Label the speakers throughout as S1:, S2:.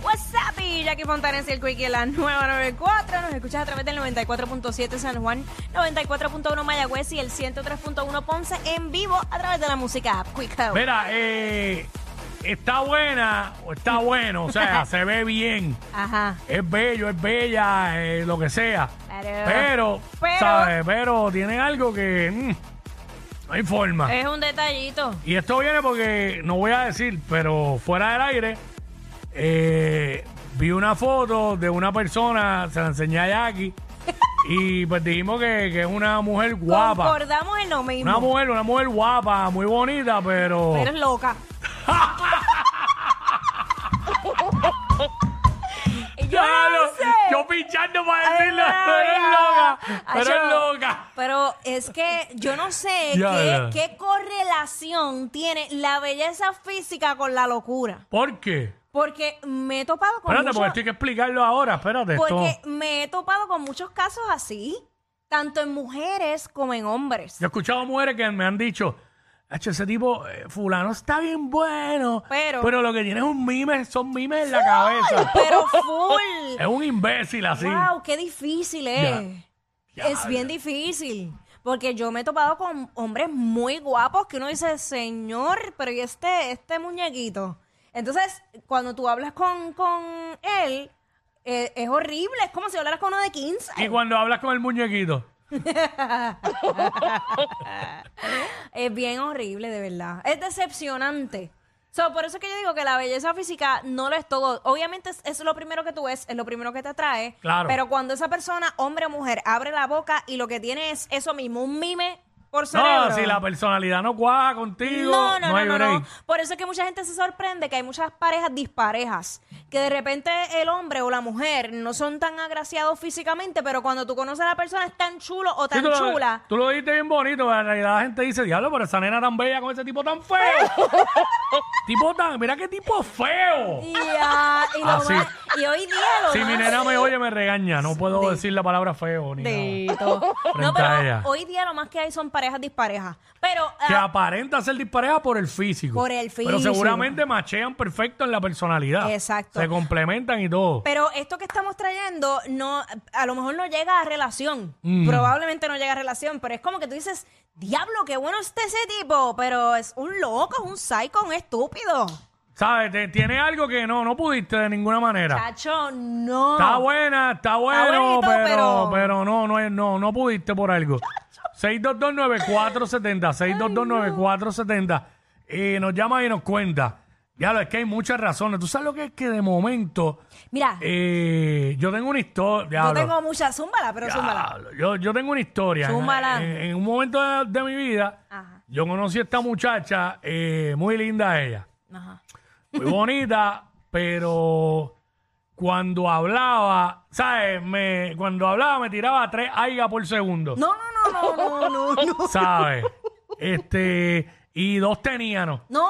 S1: What's up, y Jackie Fontanes y el Quickie, la nueva 94. Nos escuchas a través del 94.7 San Juan, 94.1 Mayagüez y el 103.1 Ponce en vivo a través de la música app Quick Out.
S2: Mira, eh, está buena, o está bueno, o sea, se ve bien.
S1: Ajá.
S2: Es bello, es bella, eh, lo que sea.
S1: Pero-
S2: Pero,
S1: Pero-
S2: ¿sabes? Pero tiene algo que mm, no hay forma.
S1: Es un detallito.
S2: Y esto viene porque, no voy a decir, pero fuera del aire, eh, vi una foto de una persona, se la enseñé a Jackie, y pues dijimos que, que es una mujer guapa.
S1: Concordamos en lo mismo.
S2: Una mujer, una mujer guapa, muy bonita,
S1: Pero es loca. Y yo
S2: Ya
S1: no
S2: lo-
S1: sé.
S2: Yo pinchando para
S1: Ay,
S2: decirlo, pero es
S1: María.
S2: loca,
S1: Ay,
S2: pero es
S1: Ah, yo-
S2: loca.
S1: Pero es que yo no sé
S2: Ya,
S1: qué,
S2: ya.
S1: qué correlación tiene la belleza física con la locura.
S2: ¿Por qué?
S1: Porque me he topado con
S2: Espérate,
S1: muchos-
S2: porque esto hay que explicarlo ahora, espérate.
S1: porque
S2: esto-
S1: me he topado con muchos casos así, tanto en mujeres como en hombres.
S2: Yo he escuchado mujeres que me han dicho, "Hacho, ese tipo, eh, fulano está bien bueno,
S1: Pero- pues.
S2: lo que tiene es un mime, son mimes en la cabeza.
S1: Pero full.
S2: es un imbécil así.
S1: Wow, qué difícil es.
S2: Ya.
S1: Es bien difícil. Porque yo me he topado con hombres muy guapos que uno dice, señor, pero ¿y este, este muñequito? Entonces, cuando tú hablas con, con él, eh, es horrible. Es como si hablaras con uno de 15.
S2: Y cuando hablas con el muñequito,
S1: Es bien horrible, de verdad. Es decepcionante. So, por eso es que yo digo que la belleza física no lo es todo. Obviamente es, es lo primero que tú ves, es lo primero que te atrae.
S2: Claro.
S1: Pero cuando esa persona, hombre o mujer, abre la boca y lo que tiene es eso mismo, un mime por cerebro.
S2: no, si la personalidad no cuaja contigo,
S1: No, no,
S2: hay
S1: no, no, no.
S2: break.
S1: Por eso es que mucha gente se sorprende que hay muchas parejas disparejas. Que de repente el hombre o la mujer no son tan agraciados físicamente, pero cuando tú conoces a la persona es tan chulo o
S2: Sí,
S1: tan
S2: tú, lo-
S1: chula.
S2: tú lo dijiste bien bonito, pero en realidad la gente dice, diablo, pero esa nena tan bella con ese tipo tan feo. tipo tan, mira qué tipo feo.
S1: Y, ah, y, lo
S2: Así.
S1: más- y hoy día lo
S2: Si mi
S1: más-
S2: nena me oye, me regaña. No puedo
S1: De-
S2: decir la palabra feo ni nada.
S1: Dito. No,
S2: Frente a
S1: pero
S2: ella.
S1: hoy día lo más que hay son parejas disparejas. Pero ah,
S2: Que aparenta ser dispareja por el físico.
S1: Por el
S2: Pero
S1: físico.
S2: seguramente machean perfecto en la personalidad.
S1: Exacto.
S2: Se complementan y todo.
S1: pero esto que estamos trayendo no a lo mejor no llega a relación.
S2: Mm.
S1: Probablemente no llega a relación, pero es como que tú dices, "Diablo, qué bueno está ese tipo", pero es un loco, es un psycho, un estúpido.
S2: ¿Sabes? Te- tiene algo que no, no pudiste de ninguna manera.
S1: Chacho, no.
S2: Está buena, está bueno,
S1: bonito,
S2: pero,
S1: pero-
S2: pero... no, no, es- no, no pudiste por algo. 6229470, 6229470. Eh, nos llama y nos cuenta. Ya lo es que hay muchas razones. Tú sabes lo que es que de momento
S1: Mira,
S2: eh, yo tengo una historia.
S1: yo tengo muchas zúmbala, pero zúmbala.
S2: yo, yo tengo una historia. En-
S1: Zúmbala.
S2: En, en un momento de, de mi vida,
S1: Ajá.
S2: yo conocí a esta muchacha, eh, muy linda ella
S1: Ajá.
S2: muy bonita, pero cuando hablaba, ¿sabes? Me, cuando hablaba me tiraba tres aigas por segundo,
S1: No, no, no, no, no, no, no.
S2: ¿sabes? Este, y dos teníanos.
S1: No.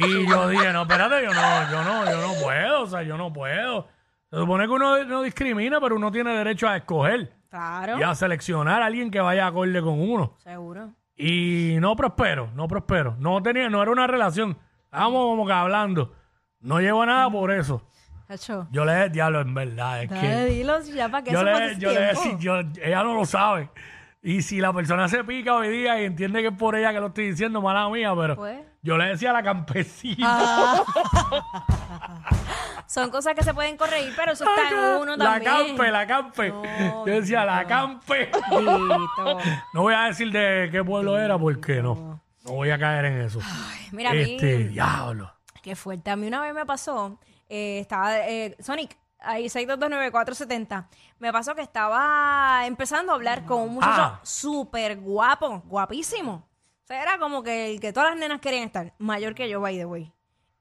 S2: Y yo dije, no, espérate, yo no, yo no, yo no puedo, o sea, yo no puedo. Se supone que uno no discrimina, pero uno tiene derecho a escoger
S1: Claro.
S2: y a seleccionar a alguien que vaya acorde con uno.
S1: Seguro.
S2: Y no prospero, no prospero. No tenía, no era una relación. Estábamos como que hablando. No llevo a nada por eso.
S1: Chacho.
S2: Yo le dije, diablo, en verdad, es
S1: Dale,
S2: que
S1: dilo, si ya para qué
S2: yo
S1: hacemos
S2: le,
S1: ese
S2: yo le
S1: tiempo?
S2: decí, yo- ella no lo sabe. Y si la persona se pica hoy día y entiende que es por ella que lo estoy diciendo, mala mía, pero
S1: Pues. Ah,
S2: yo le decía a la campesina.
S1: Son cosas que se pueden corregir, pero eso está en uno
S2: la
S1: también.
S2: campe, la campe.
S1: No,
S2: yo decía, la campe.
S1: Dito.
S2: No voy a decir de qué pueblo era porque no. No voy a caer en eso.
S1: Ay, Mira, a mí,
S2: este, diablo.
S1: qué fuerte. A mí una vez me pasó, eh, estaba eh, Sonic, ahí 6229470. Me pasó que estaba empezando a hablar con un muchacho
S2: Ah.
S1: súper guapo, guapísimo. O sea, era como que el que todas las nenas querían estar, mayor que yo, by the way.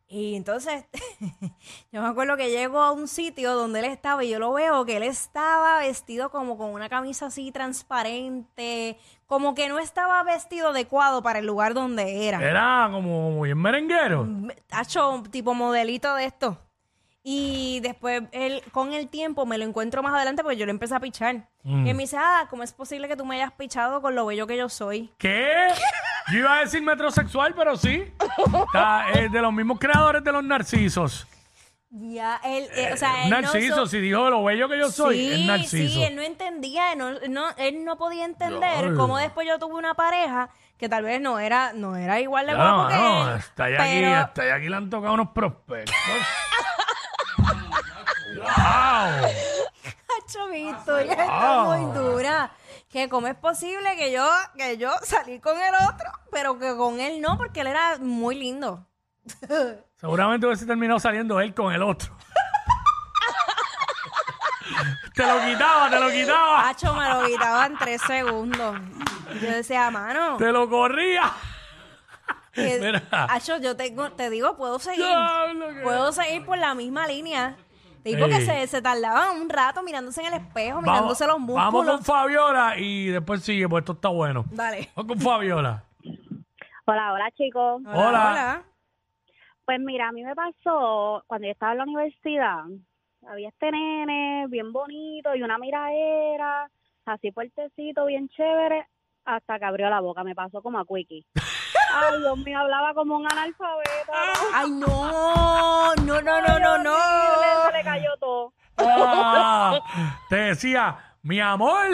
S1: Y entonces, yo me acuerdo que llego a un sitio donde él estaba y yo lo veo que él estaba vestido como con una camisa así transparente, como que no estaba vestido adecuado para el lugar donde era.
S2: Era como muy bien merenguero.
S1: Mm. Hacho, un tipo modelito de esto. Y después, él, con el tiempo, me lo encuentro más adelante porque yo le empecé a pichar.
S2: Mm.
S1: Y él me dice, ah, ¿cómo es posible que tú me hayas pichado con lo bello que yo soy?
S2: ¿Qué? Yo iba a decir metrosexual, pero sí. Está, eh, de los mismos creadores de los narcisos.
S1: Ya, él, eh, o sea, él no
S2: narciso,
S1: so-
S2: si dijo de lo bello que yo soy,
S1: sí,
S2: es narciso.
S1: Sí, él no entendía, no, no- él no podía entender cómo después yo tuve una pareja que tal vez no era, no era igual de
S2: Ya,
S1: guapo que
S2: mano,
S1: él.
S2: hasta allá aquí,
S1: pero
S2: hasta allá aquí le han tocado unos prospectos. wow.
S1: Hacho, mi historia está
S2: Ah.
S1: muy dura. Que cómo es posible que yo, que yo salí con el otro, pero que con él no, porque él era muy lindo.
S2: Seguramente hubiese terminado saliendo él con el otro. te lo quitaba, te lo quitaba.
S1: Hacho me lo quitaba en tres segundos. Yo decía, mano,
S2: Te lo corría.
S1: que-
S2: mira.
S1: Hacho, yo tengo, te digo, puedo seguir.
S2: Diablo, que-
S1: Puedo seguir por la misma línea. Tipo que
S2: Ey.
S1: se, se tardaban un rato mirándose en el espejo, mirándose los músculos.
S2: vamos con Fabiola y después sigue, pues esto está bueno.
S1: Dale.
S2: Vamos con Fabiola.
S3: Hola, hola chicos.
S2: Hola.
S3: Pues mira, a mí me pasó cuando yo estaba en la universidad, había este nene bien bonito y una miradera, así fuertecito, bien chévere, hasta que abrió la boca, me pasó como a Quickie. Ay, Dios mío, hablaba como un analfabeto. ¿no?
S1: Ay, no, no, no, no, no, no.
S3: Se le cayó todo.
S2: Ah, te decía, mi amor,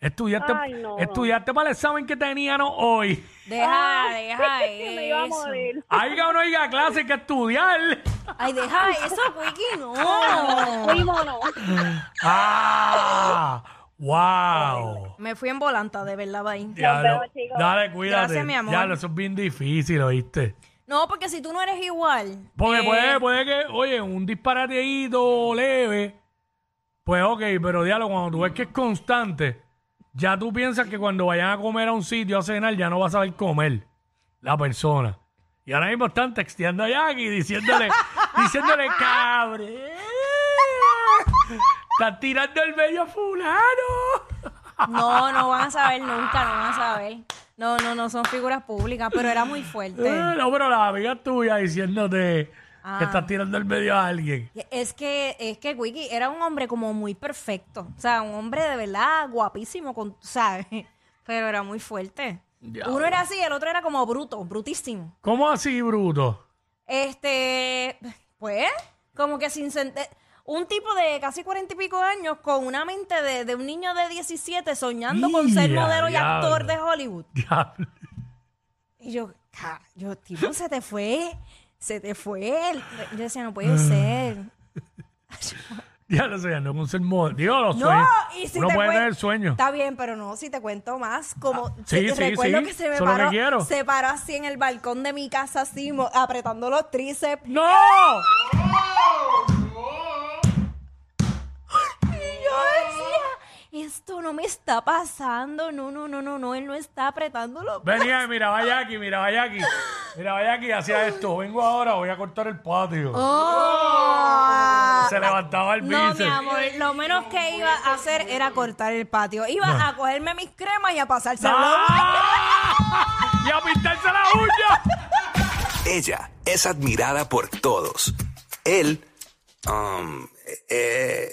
S2: estudiaste,
S3: Ay, no, no.
S2: estudiaste para el examen que tenían hoy.
S1: Deja, deja
S3: Y me iba a
S1: eso.
S3: morir.
S2: Hay que no diga clase, hay que estudiar.
S1: Ay, deja eso, Wiki, no.
S3: Fuímonos.
S2: Ah, wow.
S1: Me fui en volanta, de verdad, Bain.
S2: Diablo.
S3: vemos, chicos.
S2: Dale, cuídate.
S1: Gracias, mi amor.
S2: Diablo, eso es bien difícil, ¿oíste?
S1: No, porque si tú no eres igual.
S2: Porque pues,
S1: eh,
S2: puede, puede que, oye, un disparateíto leve, pues ok, pero diablo, cuando tú ves que es constante, ya tú piensas que cuando vayan a comer a un sitio a cenar ya no va a saber comer la persona. Y ahora mismo están texteando a Jackie diciéndole, diciéndole, cabre. Estás tirando el medio a fulano.
S1: No, no van a saber nunca, no van a saber. No, no, no son figuras públicas, pero era muy
S2: Eh,
S1: fuerte.
S2: No, pero la amiga tuya diciéndote que estás tirando el medio a alguien.
S1: Es que, es que Wiki era un hombre como muy perfecto. O sea, un hombre de verdad guapísimo, con, ¿sabes? Pero era muy fuerte. Uno era así, el otro era como bruto, brutísimo.
S2: ¿Cómo así, bruto?
S1: Este, pues, como que sin sente- un tipo de casi cuarenta y pico años con una mente de, de un niño de 17 soñando con ser
S2: Ya,
S1: modelo y
S2: diablo.
S1: actor de Hollywood.
S2: Diablo.
S1: Y yo, ca- yo, tipo, se te fue, se te fue. el- Yo decía, no puede ser.
S2: Ya lo soñando con ser modelo. Digo, los
S1: No,
S2: sueños.
S1: y si
S2: Uno
S1: te
S2: puede
S1: cuen-
S2: tener sueños.
S1: Está bien, pero no, si te cuento más, como
S2: Ah, sí,
S1: te-
S2: sí,
S1: recuerdo
S2: sí,
S1: que se me
S2: eso es lo que
S1: paró,
S2: quiero.
S1: se paró así en el balcón de mi casa, así mo- apretando los tríceps.
S2: ¡No!
S1: Y yo decía, esto no me está pasando, no, no, no, no, no, él no está apretando los
S2: Venía, mira, vaya aquí, mira, vaya aquí. Mira, vaya aquí, hacía esto. Vengo ahora, voy a cortar el patio.
S1: ¡Oh!
S2: Se levantaba
S1: No,
S2: el
S1: mi
S2: bíceps.
S1: amor, lo menos que iba a hacer era cortar el patio. Iba a cogerme mis cremas y a pasárselo.
S2: ¡Ah! ¡Y a pintarse la uña!
S4: Ella es admirada por todos. Él, um, eh,